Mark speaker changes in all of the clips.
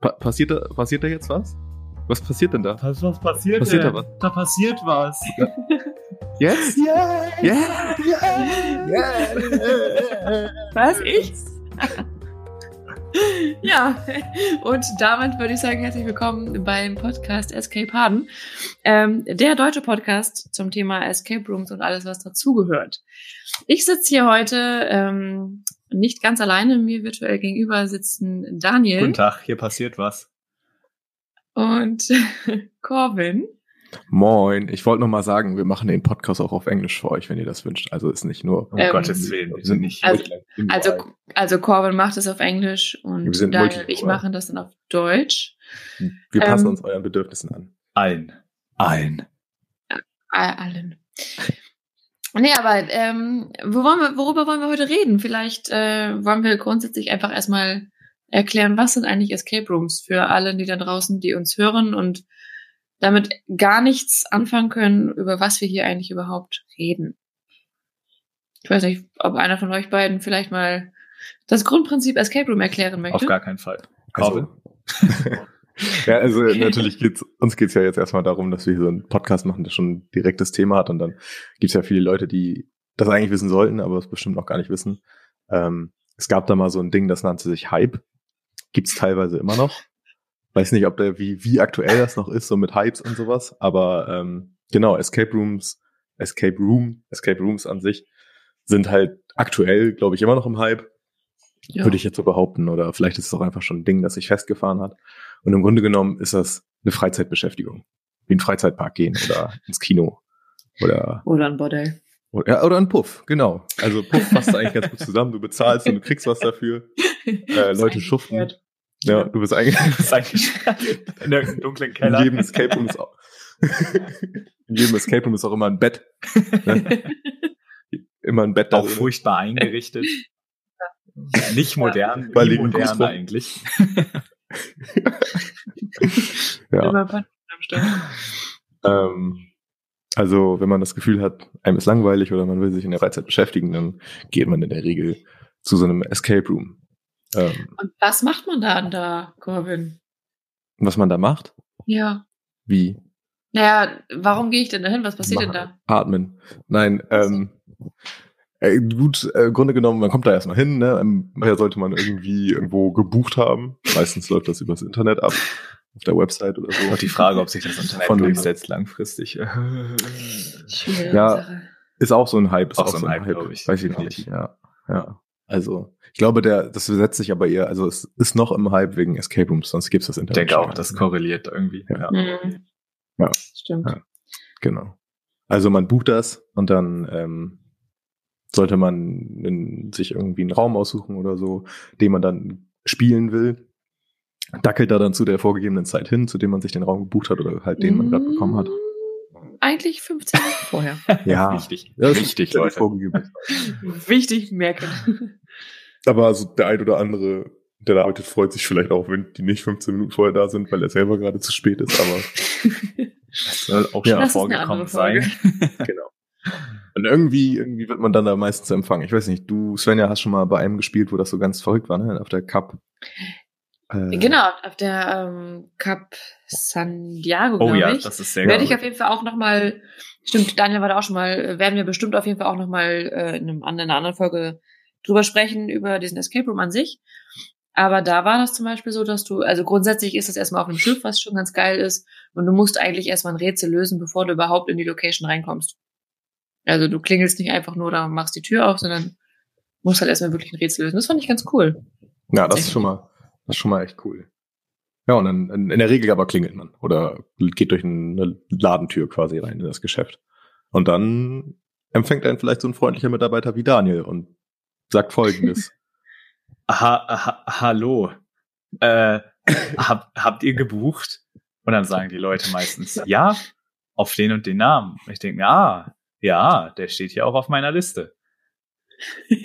Speaker 1: Pa passiert, da, passiert da jetzt was? Was passiert denn da?
Speaker 2: Was, was passiert,
Speaker 1: Passiert
Speaker 2: denn?
Speaker 1: da was?
Speaker 2: Da passiert was.
Speaker 1: Jetzt?
Speaker 2: Yes!
Speaker 1: Yeah!
Speaker 3: Was? Ich? ja, und damit würde ich sagen, herzlich willkommen beim Podcast Escape Harden. Ähm, der deutsche Podcast zum Thema Escape Rooms und alles, was dazugehört. Ich sitze hier heute ähm, nicht ganz alleine. Mir virtuell gegenüber sitzen
Speaker 2: Guten
Speaker 3: Daniel
Speaker 2: Tag, hier passiert was.
Speaker 3: und Corbin.
Speaker 1: Moin, ich wollte noch mal sagen, wir machen den Podcast auch auf Englisch für euch, wenn ihr das wünscht. Also ist nicht nur.
Speaker 2: Um
Speaker 3: Ähm,
Speaker 2: Gottes Willen, wir sind nicht.
Speaker 3: also-
Speaker 2: wirklich-
Speaker 3: Also, also Corbin macht es auf Englisch
Speaker 1: Wir
Speaker 3: und
Speaker 1: sind
Speaker 3: Daniel und ich
Speaker 1: multilingual.
Speaker 3: machen das dann auf Deutsch.
Speaker 1: wir passen
Speaker 3: ähm,
Speaker 1: uns euren Bedürfnissen an.
Speaker 2: ein. Ein.
Speaker 3: All- Allen. Nee, aber ähm, wo wollen wir, worüber wollen wir heute reden? Vielleicht äh, wollen wir grundsätzlich einfach erstmal erklären, was sind eigentlich Escape Rooms für alle, die da draußen, die uns hören und damit gar nichts anfangen können, über was wir hier eigentlich überhaupt reden. Ich weiß nicht, ob einer von euch beiden vielleicht mal das Grundprinzip Escape Room erklären
Speaker 2: Auf
Speaker 3: möchte.
Speaker 2: gar keinen Fall. Corbin?
Speaker 1: Also, ja, also natürlich geht's, uns geht's ja jetzt erstmal darum, dass wir hier so einen Podcast machen, der schon ein direktes Thema hat und dann gibt's ja viele Leute, die das eigentlich wissen sollten, aber es bestimmt noch gar nicht wissen. Ähm, es gab da mal so ein Ding, das nannte sich Hype. Gibt's teilweise immer noch. Weiß nicht, ob der, wie, wie aktuell das noch ist, so mit Hypes und sowas, aber ähm, genau, Escape Rooms, Escape Room, Escape Rooms an sich sind halt aktuell, glaube ich, immer noch im Hype
Speaker 3: Ja.
Speaker 1: würde ich jetzt so behaupten. Oder vielleicht ist es auch einfach schon ein Ding, das sich festgefahren hat. Und im Grunde genommen ist das eine Freizeitbeschäftigung. Wie in den Freizeitpark gehen oder ins Kino. Oder,
Speaker 3: Oder ein Bordell.
Speaker 1: oder, oder ein Puff, genau. Also Puff passt da eigentlich ganz gut zusammen. Du bezahlst und du kriegst was dafür. Äh,
Speaker 3: Ist
Speaker 1: Leute
Speaker 3: eigentlich
Speaker 1: schuften.
Speaker 3: weird.
Speaker 1: Ja, du bist eigentlich
Speaker 2: Das ist eigentlich in irgendeinem dunklen
Speaker 1: in
Speaker 2: Keller. Äh,
Speaker 1: jedem Escape Room ist auch, in jedem Escape Room ist auch immer ein Bett. Ne? Immer ein Bett da
Speaker 2: Auch
Speaker 1: drin.
Speaker 2: furchtbar eingerichtet. Nicht modern,
Speaker 1: Weil
Speaker 2: nie
Speaker 1: liegen
Speaker 2: modern
Speaker 1: Fußball-
Speaker 2: eigentlich.
Speaker 1: Ja.
Speaker 3: Immer Partner am Start.
Speaker 1: Ähm, also, wenn man das Gefühl hat, einem ist langweilig oder man will sich in der Freizeit beschäftigen, dann geht man in der Regel zu so einem Escape Room. Ähm,
Speaker 3: Und was macht man dann da, Corbin?
Speaker 1: was man da macht?
Speaker 3: Ja.
Speaker 1: Wie?
Speaker 3: Naja, warum gehe ich denn da hin? Was passiert denn da?
Speaker 1: Atmen. Nein, ähm, äh, gut, äh, im Grunde genommen, man kommt da erstmal hin, ne? Ähm, Daher sollte man irgendwie irgendwo gebucht haben. Meistens läuft das übers Internet ab, auf der Website oder so.
Speaker 2: Auch die Frage, ob sich das Internet
Speaker 1: Von-
Speaker 2: durchsetzt langfristig.
Speaker 3: Schwierige
Speaker 1: Ja.
Speaker 3: Sache.
Speaker 1: Ist auch so ein Hype. Ist
Speaker 2: Auch so ein Hype, glaub ich.
Speaker 1: Weiß ich noch nicht. Ja. ja. Also, ich glaube, der, das setzt sich aber eher, also es ist noch im Hype wegen Escape Rooms, sonst gibt's das
Speaker 2: Ich
Speaker 1: Internet.
Speaker 2: denke
Speaker 1: schon
Speaker 2: auch,
Speaker 1: gar
Speaker 2: das
Speaker 1: nicht.
Speaker 2: korreliert irgendwie.
Speaker 1: Ja.
Speaker 3: Mhm.
Speaker 1: Ja.
Speaker 3: Stimmt.
Speaker 1: Ja. Genau. Also man bucht das und dann ähm, sollte man in, sich irgendwie einen Raum aussuchen oder so, den man dann spielen will. Dackelt da dann zu der vorgegebenen Zeit hin, zu dem man sich den Raum gebucht hat oder halt den man gerade bekommen hat.
Speaker 3: Mm, Eigentlich 15 Minuten vorher.
Speaker 1: Ja.
Speaker 2: Wichtig,
Speaker 1: Ja, das ist ja
Speaker 2: wichtig,
Speaker 1: die
Speaker 2: Mhm. Leute.
Speaker 1: vorgegebene
Speaker 3: Wichtig merken.
Speaker 1: Aber so der ein oder andere, der da arbeitet, freut sich vielleicht auch, wenn die nicht 15 Minuten vorher da sind, weil er selber gerade zu spät ist. Aber
Speaker 2: Das soll auch
Speaker 1: Ja.
Speaker 2: schon mal
Speaker 3: Das ist eine
Speaker 2: vorgekommen
Speaker 3: andere Folge.
Speaker 2: sein.
Speaker 1: genau. Und irgendwie, irgendwie wird man dann da meistens empfangen. Ich weiß nicht, du, Svenja, hast schon mal bei einem gespielt, wo das so ganz verrückt war, ne? Auf der Cup. Äh,
Speaker 3: genau, auf der ähm, Cup San Diego,
Speaker 2: Oh
Speaker 3: glaube
Speaker 2: ja,
Speaker 3: ich.
Speaker 2: das ist sehr
Speaker 3: Werde
Speaker 2: gut.
Speaker 3: ich auf jeden Fall auch nochmal, stimmt, Daniel war da auch schon mal, äh, werden wir bestimmt auf jeden Fall auch nochmal äh, in, einem, anderen- in einer anderen Folge drüber sprechen, über diesen Escape Room an sich. Aber da war das zum Beispiel so, dass du, also grundsätzlich ist das erstmal auf einem Schiff, was schon ganz geil ist, und du musst eigentlich erstmal ein Rätsel lösen, bevor du überhaupt in die Location reinkommst. Also du klingelst nicht einfach nur da und machst die Tür auf, sondern musst halt erstmal wirklich ein Rätsel lösen. Das fand ich ganz cool.
Speaker 1: Ja, das ist schon mal, das ist schon mal echt cool. Ja, und dann in, in der Regel aber klingelt man oder geht durch eine Ladentür quasi rein in das Geschäft. Und dann empfängt einen vielleicht so ein freundlicher Mitarbeiter wie Daniel und sagt folgendes.
Speaker 2: ha, ha, hallo, äh, hab, habt ihr gebucht? Und dann sagen die Leute meistens, ja, auf den und den Namen. Und ich denke mir, ah, ja, der steht hier auch auf meiner Liste.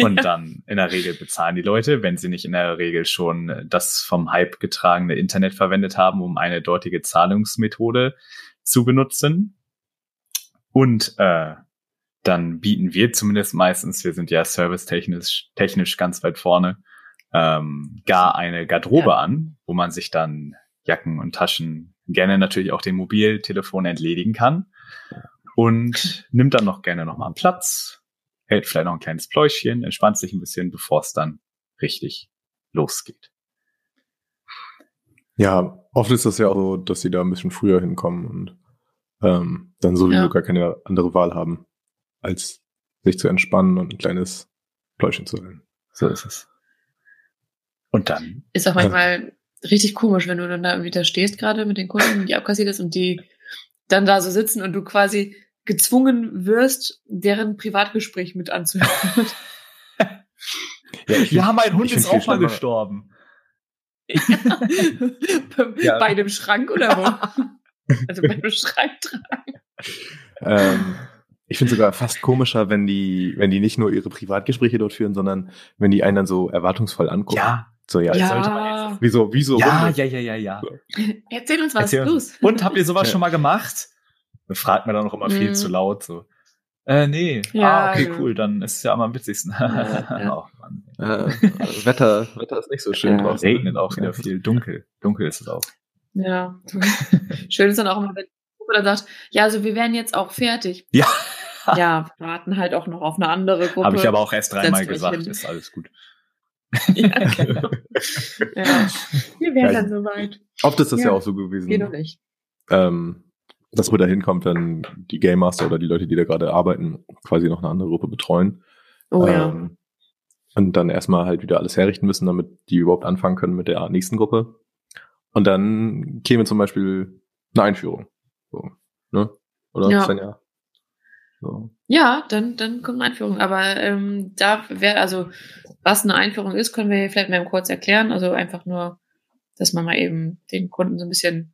Speaker 2: Und dann in der Regel bezahlen die Leute, wenn sie nicht in der Regel schon das vom Hype getragene Internet verwendet haben, um eine dortige Zahlungsmethode zu benutzen. Und äh, dann bieten wir zumindest meistens, wir sind ja servicetechnisch technisch ganz weit vorne, ähm, gar eine Garderobe an, wo man sich dann Jacken und Taschen gerne natürlich auch dem Mobiltelefon entledigen kann und nimmt dann noch gerne nochmal einen Platz, hält vielleicht noch ein kleines Pläuschchen, entspannt sich ein bisschen, bevor es dann richtig losgeht.
Speaker 1: Ja, oft ist das ja auch so, dass sie da ein bisschen früher hinkommen und ähm, dann sowieso
Speaker 3: Ja.
Speaker 1: gar keine andere Wahl haben, als sich zu entspannen und ein kleines Pläuschen zu holen.
Speaker 2: So ist es. Und dann
Speaker 3: Ist auch manchmal richtig komisch, wenn du dann da irgendwie da stehst gerade mit den Kunden, die abkassiert ist und die dann da so sitzen und du quasi gezwungen wirst, deren Privatgespräch mit anzuhören.
Speaker 1: Ja, ich
Speaker 2: Ja, mein Hund
Speaker 1: ich
Speaker 2: ist
Speaker 1: find viel
Speaker 2: auch mal
Speaker 1: schlimmer-
Speaker 2: gestorben.
Speaker 3: Bei einem Schrank oder wo? Also bei einem Schrank dran.
Speaker 1: Ähm, ich finde sogar fast komischer, wenn die, wenn die nicht nur ihre Privatgespräche dort führen, sondern wenn die einen dann so erwartungsvoll angucken.
Speaker 2: Ja,
Speaker 1: So, ja.
Speaker 2: Ja.
Speaker 1: ja.
Speaker 2: sollte man
Speaker 1: Wie so, wie so
Speaker 2: ja,
Speaker 1: Hunde.
Speaker 2: ja, ja, ja, ja.
Speaker 3: Erzähl uns was,
Speaker 2: Erzähl uns.
Speaker 3: los.
Speaker 2: Und habt ihr sowas
Speaker 1: Ja.
Speaker 2: schon mal gemacht? Dann fragt man dann auch immer viel
Speaker 3: Mhm.
Speaker 2: zu laut so. Äh, nee.
Speaker 3: Ja,
Speaker 2: ah, okay,
Speaker 3: ja.
Speaker 2: cool, dann ist es ja immer am witzigsten.
Speaker 3: Ja, ja.
Speaker 2: oh, Mann.
Speaker 1: Äh, Wetter, Wetter ist nicht so schön
Speaker 3: Ja.
Speaker 2: Es
Speaker 1: draußen.
Speaker 2: regnet auch wieder viel. Dunkel. Dunkel ist es auch.
Speaker 3: Ja. Schön ist dann auch immer, wenn oder sagt, ja, also wir wären jetzt auch fertig.
Speaker 2: Ja.
Speaker 3: Ja, warten halt auch noch auf eine andere Gruppe.
Speaker 2: Habe ich aber auch erst dreimal
Speaker 3: Setzt euch
Speaker 2: gesagt,
Speaker 3: hin.
Speaker 2: ist alles gut.
Speaker 3: Ja, genau. ja. Wir wären dann soweit.
Speaker 1: Oft ist das ja,
Speaker 3: Ja.
Speaker 1: auch so gewesen.
Speaker 3: Geht doch nicht.
Speaker 1: ähm, dass wo da hinkommt, dann die Game Master oder die Leute, die da gerade arbeiten, quasi noch eine andere Gruppe betreuen.
Speaker 3: Oh ja.
Speaker 1: ähm, Und dann erstmal halt wieder alles herrichten müssen, damit die überhaupt anfangen können mit der nächsten Gruppe. Und dann käme zum Beispiel eine Einführung. So, ne? Oder
Speaker 3: Ja.
Speaker 1: Svenja? So.
Speaker 3: Ja, dann, dann kommt eine Einführung. Aber ähm, da wäre, also was eine Einführung ist, können wir hier vielleicht mal eben kurz erklären. Also einfach nur, dass man mal eben den Kunden so ein bisschen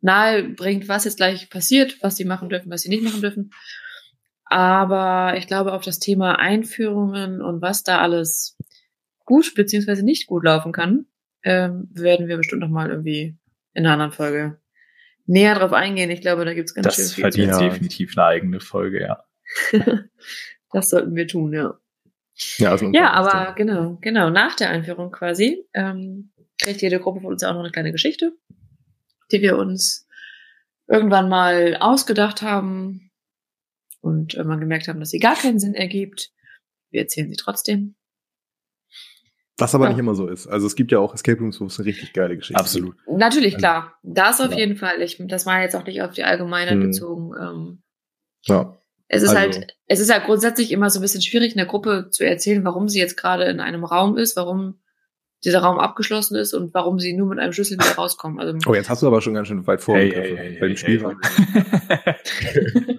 Speaker 3: nahe bringt, was jetzt gleich passiert, was sie machen dürfen, was sie nicht machen dürfen. Aber ich glaube, auf das Thema Einführungen und was da alles gut beziehungsweise nicht gut laufen kann, ähm, werden wir bestimmt nochmal irgendwie in einer anderen Folge näher drauf eingehen. Ich glaube, da gibt's ganz schön
Speaker 2: Das
Speaker 3: viel.
Speaker 2: verdient
Speaker 1: Ja.
Speaker 2: definitiv eine eigene Folge, ja.
Speaker 3: das sollten wir tun, ja.
Speaker 1: Ja, also
Speaker 3: Ja, aber genau, genau, nach der Einführung quasi ähm, kriegt jede Gruppe von uns ja auch noch eine kleine Geschichte, die wir uns irgendwann mal ausgedacht haben und irgendwann gemerkt haben, dass sie gar keinen Sinn ergibt. Wir erzählen sie trotzdem.
Speaker 1: Das aber
Speaker 3: Ja.
Speaker 1: nicht immer so ist. Also es gibt ja auch Escape Rooms, wo es eine richtig geile Geschichte
Speaker 2: Absolut.
Speaker 3: Natürlich, klar. Das auf
Speaker 1: Ja.
Speaker 3: jeden Fall. Ich, das war jetzt auch nicht auf die Allgemeinheit
Speaker 1: Hm.
Speaker 3: bezogen. Ähm,
Speaker 1: gibt. Ja.
Speaker 3: es ist
Speaker 1: Also-
Speaker 3: halt, es ist ja grundsätzlich immer so ein bisschen schwierig, einer Gruppe zu erzählen, warum sie jetzt gerade in einem Raum ist, warum dieser Raum abgeschlossen ist und warum sie nur mit einem Schlüssel wieder rauskommen. Also
Speaker 1: Oh, jetzt hast du aber schon ganz schön weit vorgegriffen.
Speaker 2: Hey, hey, hey,
Speaker 1: bei dem
Speaker 2: hey,
Speaker 1: Spiel
Speaker 2: hey.
Speaker 1: waren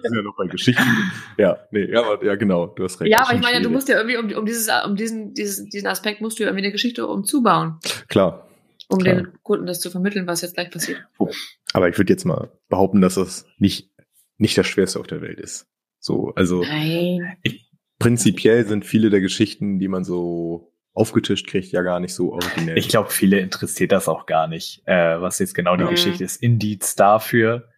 Speaker 1: wir sind ja noch bei Geschichten. Ja, nee, ja, aber, ja, genau, du hast recht.
Speaker 3: Ja,
Speaker 1: das ist
Speaker 3: aber ich
Speaker 1: schon
Speaker 3: meine, du
Speaker 1: schwierig.
Speaker 3: musst ja irgendwie um, um dieses, um diesen, diesen, diesen Aspekt musst du irgendwie eine Geschichte umzubauen,
Speaker 1: Klar,
Speaker 3: um
Speaker 1: Klar.
Speaker 3: den Kunden das zu vermitteln, was jetzt gleich passiert.
Speaker 1: aber ich würde jetzt mal behaupten, dass das nicht, nicht das Schwerste auf der Welt ist. So, also
Speaker 3: Nein.
Speaker 1: prinzipiell sind viele der Geschichten, die man so aufgetischt kriegt, ja gar nicht so originell.
Speaker 2: Ich glaube, viele interessiert das auch gar nicht, äh, was jetzt genau die
Speaker 3: Ja.
Speaker 2: Geschichte ist. Indiz dafür,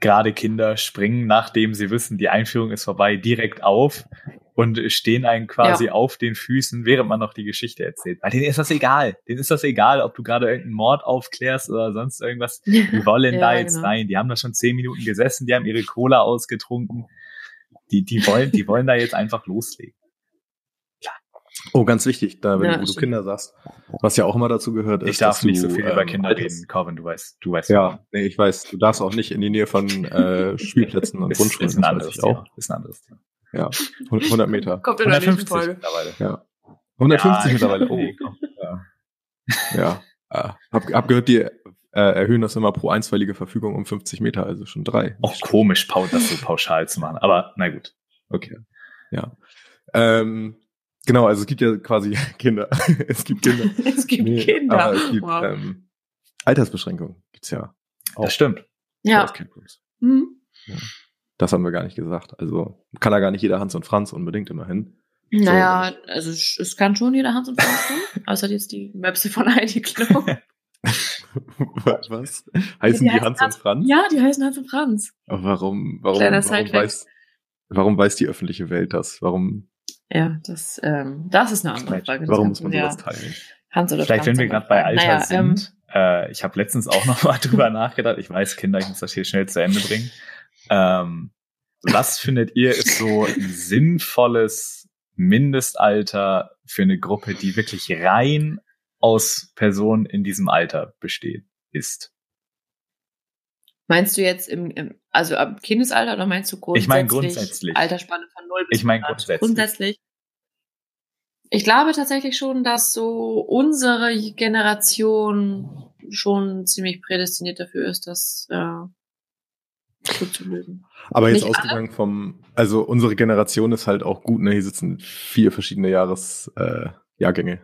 Speaker 2: gerade Kinder springen, nachdem sie wissen, die Einführung ist vorbei, direkt auf und stehen einen quasi auf den Füßen, während man noch die Geschichte erzählt. Weil denen ist das egal. Denen ist das egal, ob du gerade irgendeinen Mord aufklärst oder sonst irgendwas. Die wollen
Speaker 3: Ja,
Speaker 2: da jetzt
Speaker 3: genau.
Speaker 2: rein. Die haben da schon zehn Minuten gesessen, die haben ihre Cola ausgetrunken. Die, die wollen, die wollen da jetzt einfach loslegen.
Speaker 1: oh, ganz wichtig, da wenn
Speaker 3: Ja,
Speaker 1: du wo du
Speaker 3: stimmt.
Speaker 1: Kinder sagst, was ja auch immer dazu gehört, ist,
Speaker 2: Ich darf
Speaker 1: dass du,
Speaker 2: nicht so viel über
Speaker 1: ähm,
Speaker 2: Kinder
Speaker 1: Alters-
Speaker 2: reden, Corvin, du weißt, du weißt.
Speaker 1: Ja, nee, ich weiß, du darfst auch nicht in die Nähe von äh, Spielplätzen und
Speaker 2: Ist,
Speaker 1: Grundschulen.
Speaker 2: ist ein
Speaker 1: das weiß
Speaker 2: anderes
Speaker 1: ich auch.
Speaker 2: Thema. Ist ein anderes Thema.
Speaker 1: 100 Meter.
Speaker 3: Kommt in der nächsten Folge.
Speaker 2: mittlerweile.
Speaker 1: 150
Speaker 2: Ja,
Speaker 1: mittlerweile. Oh,
Speaker 2: nee, komm.
Speaker 1: Ja. Äh, hab, hab gehört, die äh, erhöhen das immer pro einstweilige Verfügung um 50 Meter, also schon drei.
Speaker 2: Auch komisch, Paul, das so pauschal zu machen. Aber na gut. Okay.
Speaker 1: Ähm, genau, also es gibt ja quasi Kinder. es gibt Kinder.
Speaker 3: Es gibt
Speaker 1: Nee,
Speaker 3: Kinder.
Speaker 1: Aber es gibt
Speaker 3: wow.
Speaker 1: ähm, Altersbeschränkungen. Gibt's ja. Auch.
Speaker 2: Das stimmt.
Speaker 1: für
Speaker 3: ja.
Speaker 1: Escape Rooms.
Speaker 3: Hm.
Speaker 1: Das haben wir gar nicht gesagt. Also kann da gar nicht jeder Hans und Franz unbedingt immerhin.
Speaker 3: Naja, also es es kann schon jeder Hans und Franz tun, außer jetzt die Möpse von Heidi Klum.
Speaker 1: Was? Heißen
Speaker 3: Ja,
Speaker 1: die Hans und Franz?
Speaker 3: ja, die heißen Hans und Franz.
Speaker 1: Aber Warum, warum,
Speaker 3: Kleiner
Speaker 1: warum,
Speaker 3: Sidefact.
Speaker 1: weiß, warum weiß die öffentliche Welt das? Warum,
Speaker 3: Ja, das, ähm, das ist eine andere Frage. Das
Speaker 1: warum muss
Speaker 3: kannst
Speaker 1: man
Speaker 3: du ja-
Speaker 1: sowas teilen?
Speaker 3: Hans oder
Speaker 2: Vielleicht,
Speaker 3: Franz
Speaker 2: wenn wir
Speaker 3: sogar.
Speaker 2: gerade bei Alter
Speaker 3: Naja, ähm,
Speaker 2: sind, äh, ich habe letztens auch noch mal drüber nachgedacht. Ich weiß, Kinder, ich muss das hier schnell zu Ende bringen. Ähm, was findet ihr ist so ein sinnvolles Mindestalter für eine Gruppe, die wirklich rein aus Personen in diesem Alter besteht, ist?
Speaker 3: Meinst du jetzt im, im also ab Kindesalter oder meinst du grundsätzlich?
Speaker 2: Ich meine grundsätzlich.
Speaker 3: Altersspanne von 0 bis
Speaker 2: Ich meine
Speaker 3: 100?
Speaker 2: grundsätzlich.
Speaker 3: grundsätzlich. Ich glaube tatsächlich schon, dass so unsere Generation schon ziemlich prädestiniert dafür ist, das äh, gut zu lösen.
Speaker 1: Aber jetzt
Speaker 3: Nicht
Speaker 1: ausgegangen vom, also unsere Generation ist halt auch gut, ne? Hier sitzen vier verschiedene Jahres, äh, Jahrgänge.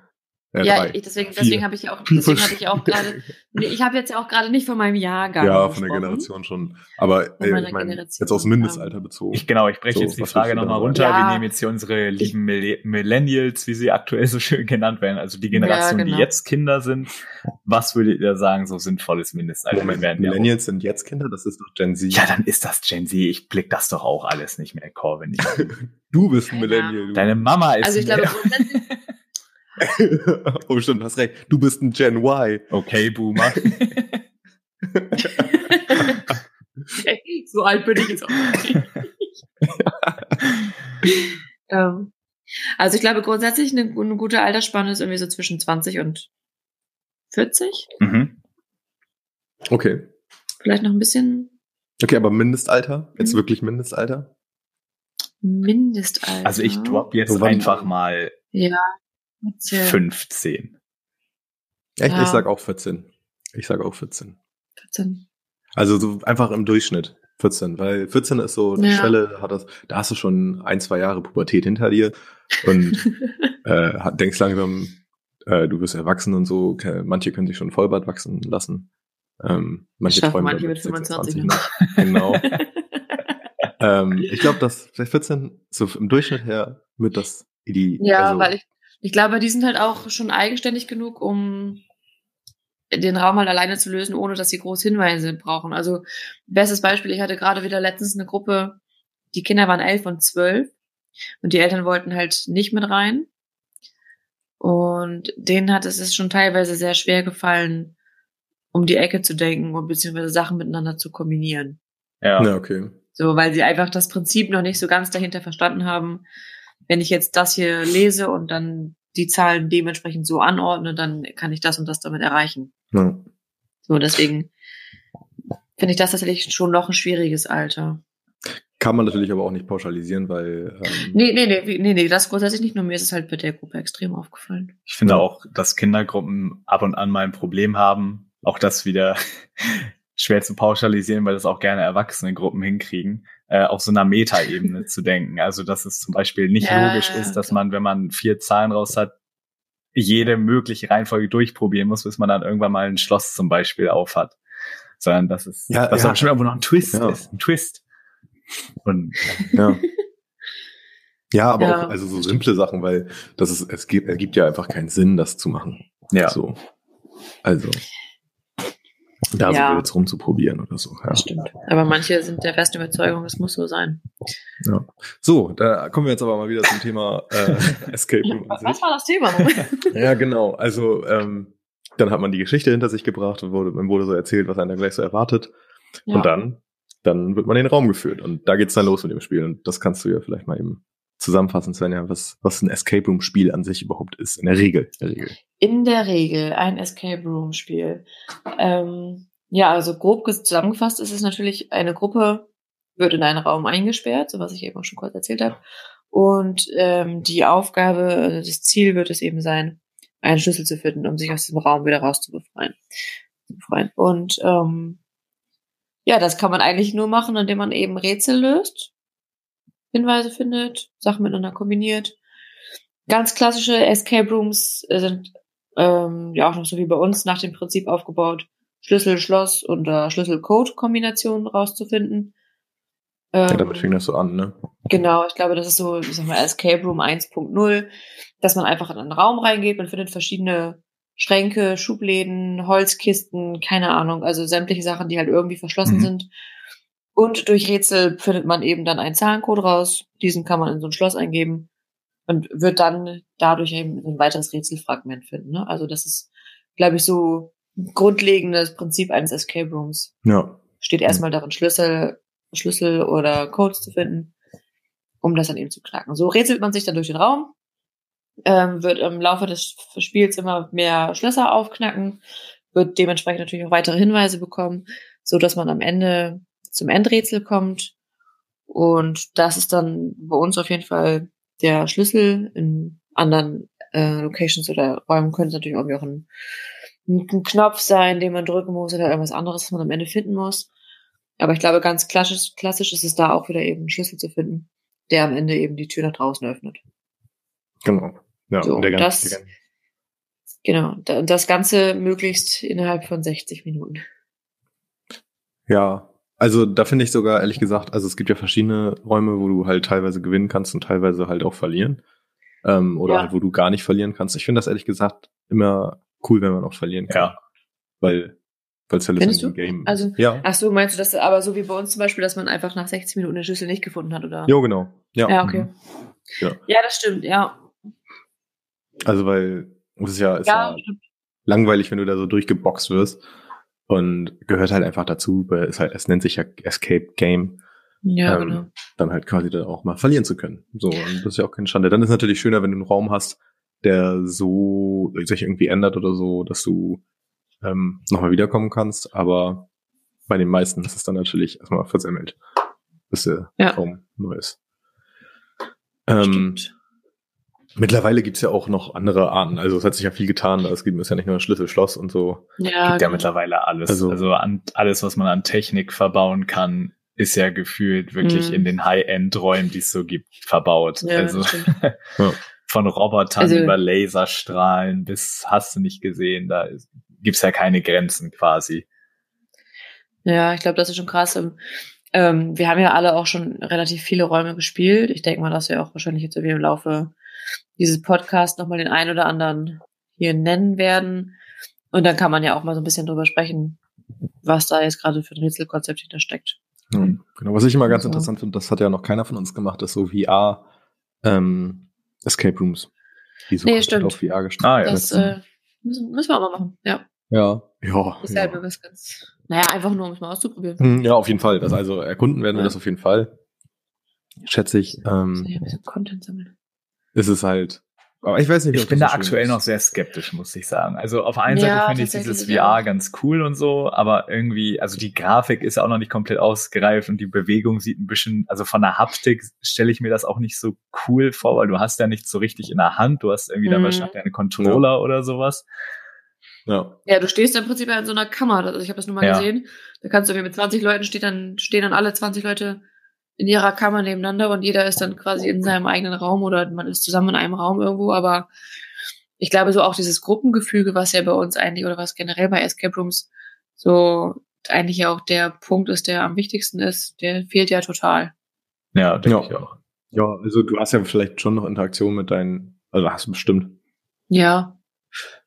Speaker 1: Äh,
Speaker 3: ja,
Speaker 1: drei.
Speaker 3: ich, deswegen,
Speaker 1: Vier.
Speaker 3: deswegen habe ich ja auch,
Speaker 1: Vier
Speaker 3: deswegen habe ich ja auch
Speaker 1: verschiedene-
Speaker 3: gerade, nee, ich habe jetzt ja auch gerade nicht von meinem Jahrgang.
Speaker 1: ja, von der
Speaker 3: gesprochen.
Speaker 1: Generation schon. Aber
Speaker 3: Von
Speaker 1: äh,
Speaker 3: meiner
Speaker 1: ich meine,
Speaker 3: Generation,
Speaker 1: jetzt aus Mindestalter bezogen.
Speaker 2: Ich, genau, ich breche
Speaker 1: So,
Speaker 2: jetzt die
Speaker 1: was willst
Speaker 2: Frage
Speaker 1: du
Speaker 2: nochmal
Speaker 1: da
Speaker 2: runter.
Speaker 3: Ja.
Speaker 2: Wir nehmen jetzt hier unsere lieben Mille- Millennials, wie sie aktuell so schön genannt werden, also die Generation,
Speaker 3: Ja, genau.
Speaker 2: die jetzt Kinder sind. Was würdet ihr sagen, so sinnvolles Mindestalter?
Speaker 1: Moment,
Speaker 2: werden wir auch-
Speaker 1: Millennials sind jetzt Kinder, das ist doch Gen Z.
Speaker 2: Ja, dann ist das Gen Z. Ich blick das doch auch alles nicht mehr, Corvin. Ich,
Speaker 1: du bist ein
Speaker 3: Keine
Speaker 1: Millennial. Du.
Speaker 2: deine Mama ist.
Speaker 3: Also ich glaube,
Speaker 2: mehr-
Speaker 3: grundsätzlich,
Speaker 1: oh, stimmt, hast recht. Du bist ein Gen Y.
Speaker 2: okay, Boomer.
Speaker 3: so alt bin ich jetzt auch nicht. ähm, also ich glaube grundsätzlich eine, eine gute Altersspanne ist irgendwie so zwischen 20 und 40.
Speaker 2: mhm.
Speaker 1: Okay.
Speaker 3: Vielleicht noch ein bisschen
Speaker 1: Okay, aber Mindestalter? Jetzt
Speaker 3: Mhm.
Speaker 1: wirklich Mindestalter?
Speaker 3: Mindestalter.
Speaker 2: Also ich drop jetzt
Speaker 1: So wann-
Speaker 2: einfach mal
Speaker 3: Erzähl.
Speaker 2: 15.
Speaker 1: Echt?
Speaker 3: Ja.
Speaker 1: Ich sag auch 14. Ich sag auch 14.
Speaker 3: 14.
Speaker 1: Also so einfach im Durchschnitt 14, weil 14 ist so die
Speaker 3: Ja.
Speaker 1: Schwelle, hat das, da hast du schon ein, zwei Jahre Pubertät hinter dir und äh, hat- denkst langsam, äh, du wirst erwachsen und so. Ke- Manche können sich schon Vollbart wachsen lassen. Ähm, manche
Speaker 3: Schaffen
Speaker 1: träumen
Speaker 3: manche
Speaker 1: dann
Speaker 3: mit ne? 25
Speaker 1: noch. Genau. ähm, ich glaube, dass vielleicht 14 so im Durchschnitt her wird das die
Speaker 3: Ja,
Speaker 1: also,
Speaker 3: weil ich, ich glaube, die sind halt auch schon eigenständig genug, um den Raum halt alleine zu lösen, ohne dass sie groß Hinweise brauchen. Also bestes Beispiel, ich hatte gerade wieder letztens eine Gruppe, die Kinder waren elf und zwölf und die Eltern wollten halt nicht mit rein. Und denen hat es es schon teilweise sehr schwer gefallen, um die Ecke zu denken und beziehungsweise Sachen miteinander zu kombinieren.
Speaker 2: Ja.
Speaker 1: ja okay.
Speaker 3: So, weil sie einfach das Prinzip noch nicht so ganz dahinter verstanden haben. Wenn ich jetzt das hier lese und dann die Zahlen dementsprechend so anordne, dann kann ich das und das damit erreichen.
Speaker 1: Ja.
Speaker 3: So, deswegen finde ich das tatsächlich schon noch ein schwieriges Alter.
Speaker 1: Kann man natürlich aber auch nicht pauschalisieren, weil ähm,
Speaker 3: Nee, nee, nee, nee, nee, das grundsätzlich nicht. Nur mir ist es halt bei der Gruppe extrem aufgefallen.
Speaker 2: Ich finde
Speaker 1: Ja.
Speaker 2: auch, dass Kindergruppen ab und an mal ein Problem haben. Auch das wieder schwer zu pauschalisieren, weil das auch gerne erwachsene Gruppen hinkriegen, äh, auf so einer Metaebene zu denken. Also, dass es zum Beispiel nicht
Speaker 3: Ja,
Speaker 2: logisch
Speaker 3: ja,
Speaker 2: ist, dass
Speaker 3: klar.
Speaker 2: man, wenn man vier Zahlen raus hat, jede mögliche Reihenfolge durchprobieren muss, bis man dann irgendwann mal ein Schloss zum Beispiel auf hat. Sondern dass es,
Speaker 1: Ja,
Speaker 2: dass
Speaker 1: ja.
Speaker 2: da schon irgendwo noch ein Twist
Speaker 1: Ja.
Speaker 2: ist. Ein Twist. Und
Speaker 1: Ja. Ja, aber
Speaker 3: Ja.
Speaker 1: auch also so simple Sachen, weil das ist, es gibt, ergibt ja einfach keinen Sinn, das zu machen.
Speaker 2: ja.
Speaker 1: So. Also. Da
Speaker 3: Ja.
Speaker 1: so jetzt rumzuprobieren oder so. Ja.
Speaker 3: Das stimmt. Aber manche sind der festen Überzeugung, es muss so sein.
Speaker 1: So, da kommen wir jetzt aber mal wieder zum Thema äh, Escape Room. an sich.
Speaker 3: Was war das Thema?
Speaker 1: Ja, genau. Also ähm, dann hat man die Geschichte hinter sich gebracht und wurde, man wurde so erzählt, was einen da gleich so erwartet.
Speaker 3: Ja.
Speaker 1: Und dann, dann wird man in den Raum geführt. Und da geht's dann los mit dem Spiel. Und das kannst du ja vielleicht mal eben zusammenfassen, Svenja, was, was ein Escape Room Spiel an sich überhaupt ist. In der Regel. In der Regel.
Speaker 3: In der Regel ein Escape Room Spiel. Ähm, ja, also grob ges- zusammengefasst ist es natürlich, eine Gruppe wird in einen Raum eingesperrt, so was ich eben auch schon kurz erzählt habe. Und ähm, die Aufgabe, also das Ziel wird es eben sein, einen Schlüssel zu finden, um sich aus dem Raum wieder rauszubefreien. zu befreien. Und ähm, ja, das kann man eigentlich nur machen, indem man eben Rätsel löst, Hinweise findet, Sachen miteinander kombiniert. Ganz klassische Escape Rooms äh, sind ähm, ja auch noch so wie bei uns nach dem Prinzip aufgebaut, Schlüssel, Schloss und äh, Schlüssel-Code-Kombinationen rauszufinden. Ähm,
Speaker 1: Ja, damit fing das so an, ne?
Speaker 3: Genau, ich glaube, das ist so, ich sag mal, Escape Room 1.0, dass man einfach in einen Raum reingeht, man findet verschiedene Schränke, Schubläden, Holzkisten, keine Ahnung, also sämtliche Sachen, die halt irgendwie verschlossen
Speaker 2: Mhm.
Speaker 3: sind. Und durch Rätsel findet man eben dann einen Zahlencode raus, diesen kann man in so ein Schloss eingeben. und wird dann dadurch eben ein weiteres Rätselfragment finden. Ne? Also das ist, glaube ich, so ein grundlegendes Prinzip eines Escape Rooms.
Speaker 1: Ja.
Speaker 3: Steht erstmal darin, Schlüssel, Schlüssel oder Codes zu finden, um das dann eben zu knacken. So rätselt man sich dann durch den Raum, ähm, wird im Laufe des Spiels immer mehr Schlösser aufknacken, wird dementsprechend natürlich auch weitere Hinweise bekommen, so dass man am Ende zum Endrätsel kommt. Und das ist dann bei uns auf jeden Fall der Schlüssel. In anderen äh, Locations oder Räumen könnte es natürlich irgendwie auch ein, ein Knopf sein, den man drücken muss oder irgendwas anderes, was man am Ende finden muss. Aber ich glaube, ganz klassisch, klassisch ist es da auch wieder eben einen Schlüssel zu finden, der am Ende eben die Tür nach draußen öffnet.
Speaker 1: Genau. Ja,
Speaker 3: So,
Speaker 1: und der ganze,
Speaker 3: das-
Speaker 1: der ganze,
Speaker 3: Genau. Da- Und das Ganze möglichst innerhalb von 60 Minuten.
Speaker 1: ja. Also da finde ich sogar ehrlich gesagt, also es gibt ja verschiedene Räume, wo du halt teilweise gewinnen kannst und teilweise halt auch verlieren. Ähm, oder
Speaker 3: Ja.
Speaker 1: halt, wo du gar nicht verlieren kannst. Ich finde das ehrlich gesagt immer cool, wenn man auch verlieren kann.
Speaker 2: Ja.
Speaker 1: Weil weil es ja
Speaker 3: Findest
Speaker 1: letztendlich ein Game
Speaker 3: Also-
Speaker 1: ist. Ja.
Speaker 3: Ach so, meinst du das aber so wie bei uns zum Beispiel, dass man einfach nach 60 Minuten den Schlüssel nicht gefunden hat, oder?
Speaker 1: Jo, genau. Ja,
Speaker 3: Ja, okay.
Speaker 1: Mhm. Ja.
Speaker 3: ja, das stimmt, ja.
Speaker 1: Also weil es ist ja, ist ja,
Speaker 3: Ja, stimmt.
Speaker 1: langweilig, wenn du da so durchgeboxt wirst. Und gehört halt einfach dazu, weil es halt, es nennt sich ja Escape Game.
Speaker 3: ja
Speaker 1: ähm,
Speaker 3: genau.
Speaker 1: dann halt quasi dann auch mal verlieren zu können. So, und das ist ja auch keine Schande. Dann ist natürlich schöner, wenn du einen Raum hast, der so sich irgendwie ändert oder so, dass du ähm, nochmal wiederkommen kannst. Aber bei den meisten ist es dann natürlich erstmal versemmelt, bis der
Speaker 3: Ja.
Speaker 1: Raum neu ist. Ähm,
Speaker 3: stimmt.
Speaker 1: mittlerweile gibt's ja auch noch andere Arten. Also es hat sich ja viel getan. Es gibt es ist ja nicht nur Schlüssel, Schloss und so.
Speaker 3: Ja,
Speaker 2: gibt ja
Speaker 3: genau.
Speaker 2: mittlerweile alles.
Speaker 1: Also-
Speaker 2: Also, an, alles, was man an Technik verbauen kann, ist ja gefühlt wirklich
Speaker 3: Mhm.
Speaker 2: in den High-End-Räumen, die es so gibt, verbaut.
Speaker 3: Ja,
Speaker 2: also
Speaker 3: das stimmt.
Speaker 2: von Robotern
Speaker 3: Also-
Speaker 2: über Laserstrahlen bis hast du nicht gesehen, da ist, gibt's ja keine Grenzen quasi.
Speaker 3: ja, ich glaube, das ist schon krass. Ähm, Ähm, wir haben ja alle auch schon relativ viele Räume gespielt. Ich denke mal, dass wir auch wahrscheinlich jetzt irgendwie im Laufe dieses Podcasts nochmal den einen oder anderen hier nennen werden. Und dann kann man ja auch mal so ein bisschen drüber sprechen, was da jetzt gerade für ein Rätselkonzept hintersteckt.
Speaker 1: Ja,
Speaker 2: Mhm.
Speaker 1: genau. Was ich immer ganz
Speaker 3: Ja.
Speaker 1: interessant finde, das hat ja noch keiner von uns gemacht, ist so VR ähm, Escape Rooms. Die so
Speaker 3: Nee,
Speaker 1: komplett
Speaker 3: stimmt.
Speaker 1: auf VR gestellt.
Speaker 2: Ah, ja.
Speaker 3: Das äh, müssen, müssen wir auch mal machen. Ja,
Speaker 1: Ja. Ja.
Speaker 3: ist ja.
Speaker 1: Ja.
Speaker 3: halt was ganz. Naja, einfach nur, um es mal auszuprobieren.
Speaker 1: Hm, ja, auf jeden Fall. Das also erkunden werden wir
Speaker 3: Ja.
Speaker 1: das auf jeden Fall. Schätze ich.
Speaker 3: Muss ich
Speaker 1: Ähm,
Speaker 3: ein bisschen Content sammeln.
Speaker 1: ist es halt. Aber ich weiß nicht,
Speaker 2: Ich
Speaker 1: ob
Speaker 2: bin da
Speaker 1: das so schön
Speaker 2: aktuell
Speaker 1: ist.
Speaker 2: noch sehr skeptisch, muss ich sagen. Also auf einer
Speaker 3: Ja,
Speaker 2: Seite finde ich
Speaker 3: tatsächlich
Speaker 2: dieses
Speaker 3: auch.
Speaker 2: VR ganz cool und so, aber irgendwie, also die Grafik ist auch noch nicht komplett ausgereift und die Bewegung sieht ein bisschen, also von der Haptik stelle ich mir das auch nicht so cool vor, weil du hast ja nicht so richtig in der Hand, du hast irgendwie dann
Speaker 3: Mhm.
Speaker 2: wahrscheinlich einen Controller oder sowas.
Speaker 1: Ja.
Speaker 3: Ja, du stehst im Prinzip ja in so einer Kammer. Also ich habe das nur mal
Speaker 2: Ja.
Speaker 3: gesehen. Da kannst du irgendwie mit 20 Leuten steht dann, stehen dann alle 20 Leute in ihrer Kammer nebeneinander und jeder ist dann quasi in seinem eigenen Raum oder man ist zusammen in einem Raum irgendwo, aber ich glaube so auch dieses Gruppengefüge, was ja bei uns eigentlich oder was generell bei Escape Rooms so eigentlich ja auch der Punkt ist, der am wichtigsten ist, der fehlt ja total.
Speaker 2: Ja, denke
Speaker 1: Ja.
Speaker 2: ich auch.
Speaker 1: Ja, also du hast ja vielleicht schon noch Interaktion mit deinen, also hast du bestimmt
Speaker 3: Ja,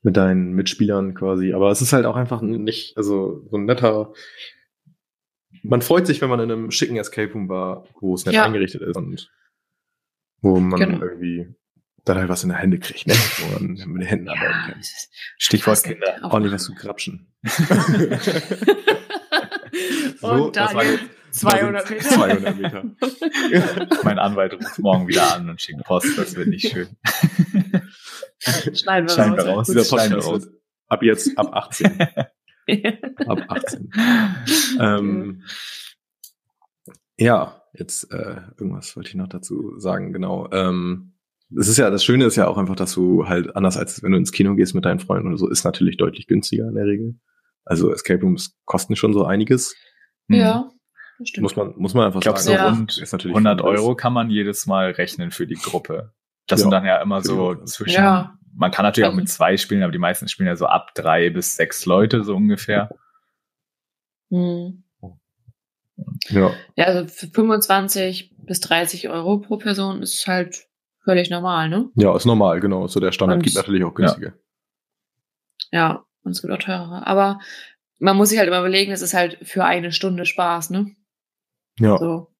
Speaker 1: mit deinen Mitspielern quasi. Aber es ist halt auch einfach nicht, also so ein netter. Man freut sich, wenn man in einem schicken Escape Room war, wo es nett
Speaker 3: Ja.
Speaker 1: eingerichtet ist und wo man
Speaker 3: Genau.
Speaker 1: irgendwie dann halt was in der Hände kriegt, ne? Wo man mit den Händen arbeiten
Speaker 3: ja
Speaker 1: kann.
Speaker 3: es ist
Speaker 2: Stichwort
Speaker 3: passend
Speaker 2: Kinder.
Speaker 3: auf-
Speaker 1: Ordentlich was zu krapschen. So,
Speaker 3: und
Speaker 1: das war
Speaker 3: Daniel,
Speaker 1: jetzt-
Speaker 3: 200 Meter.
Speaker 1: 200 Meter.
Speaker 2: Mein Anwalt ruft morgen wieder an und schickt Post, das wird nicht schön.
Speaker 3: Schneiden wir
Speaker 2: Schneiden wir
Speaker 3: raus.
Speaker 2: raus.
Speaker 1: Dieser
Speaker 2: Gut, schneiden wir
Speaker 1: Podcast wird ab jetzt, ab 18. ab 18. Ähm, ja, jetzt äh, irgendwas wollte ich noch dazu sagen, genau. Ähm, es ist ja, das Schöne ist ja auch einfach, dass du halt, anders als wenn du ins Kino gehst mit deinen Freunden oder so, ist natürlich deutlich günstiger in der Regel. Also Escape Rooms kosten schon so einiges.
Speaker 2: Hm.
Speaker 3: Ja, das stimmt.
Speaker 1: Muss man, muss man einfach
Speaker 2: Ich glaube, so
Speaker 1: sagen.
Speaker 3: Ja.
Speaker 2: rund
Speaker 1: Ist natürlich
Speaker 2: 100
Speaker 1: viel Geld.
Speaker 2: Euro kann man jedes Mal rechnen für die Gruppe. Das
Speaker 1: Ja.
Speaker 2: sind dann ja immer so
Speaker 1: Genau.
Speaker 2: zwischen.
Speaker 3: Ja.
Speaker 2: Man kann natürlich auch
Speaker 3: Also-
Speaker 2: mit zwei spielen, aber die meisten spielen ja so ab drei bis sechs Leute so ungefähr.
Speaker 3: Hm.
Speaker 1: Ja,
Speaker 3: Ja, also für 25 bis 30 Euro pro Person ist halt völlig normal, ne?
Speaker 1: ja, ist normal, genau. So der Standard
Speaker 3: Und-
Speaker 1: gibt natürlich auch günstige.
Speaker 3: Ja, und es gibt auch teurere. Aber man muss sich halt immer überlegen, es ist halt für eine Stunde Spaß, ne?
Speaker 1: Ja,
Speaker 3: So.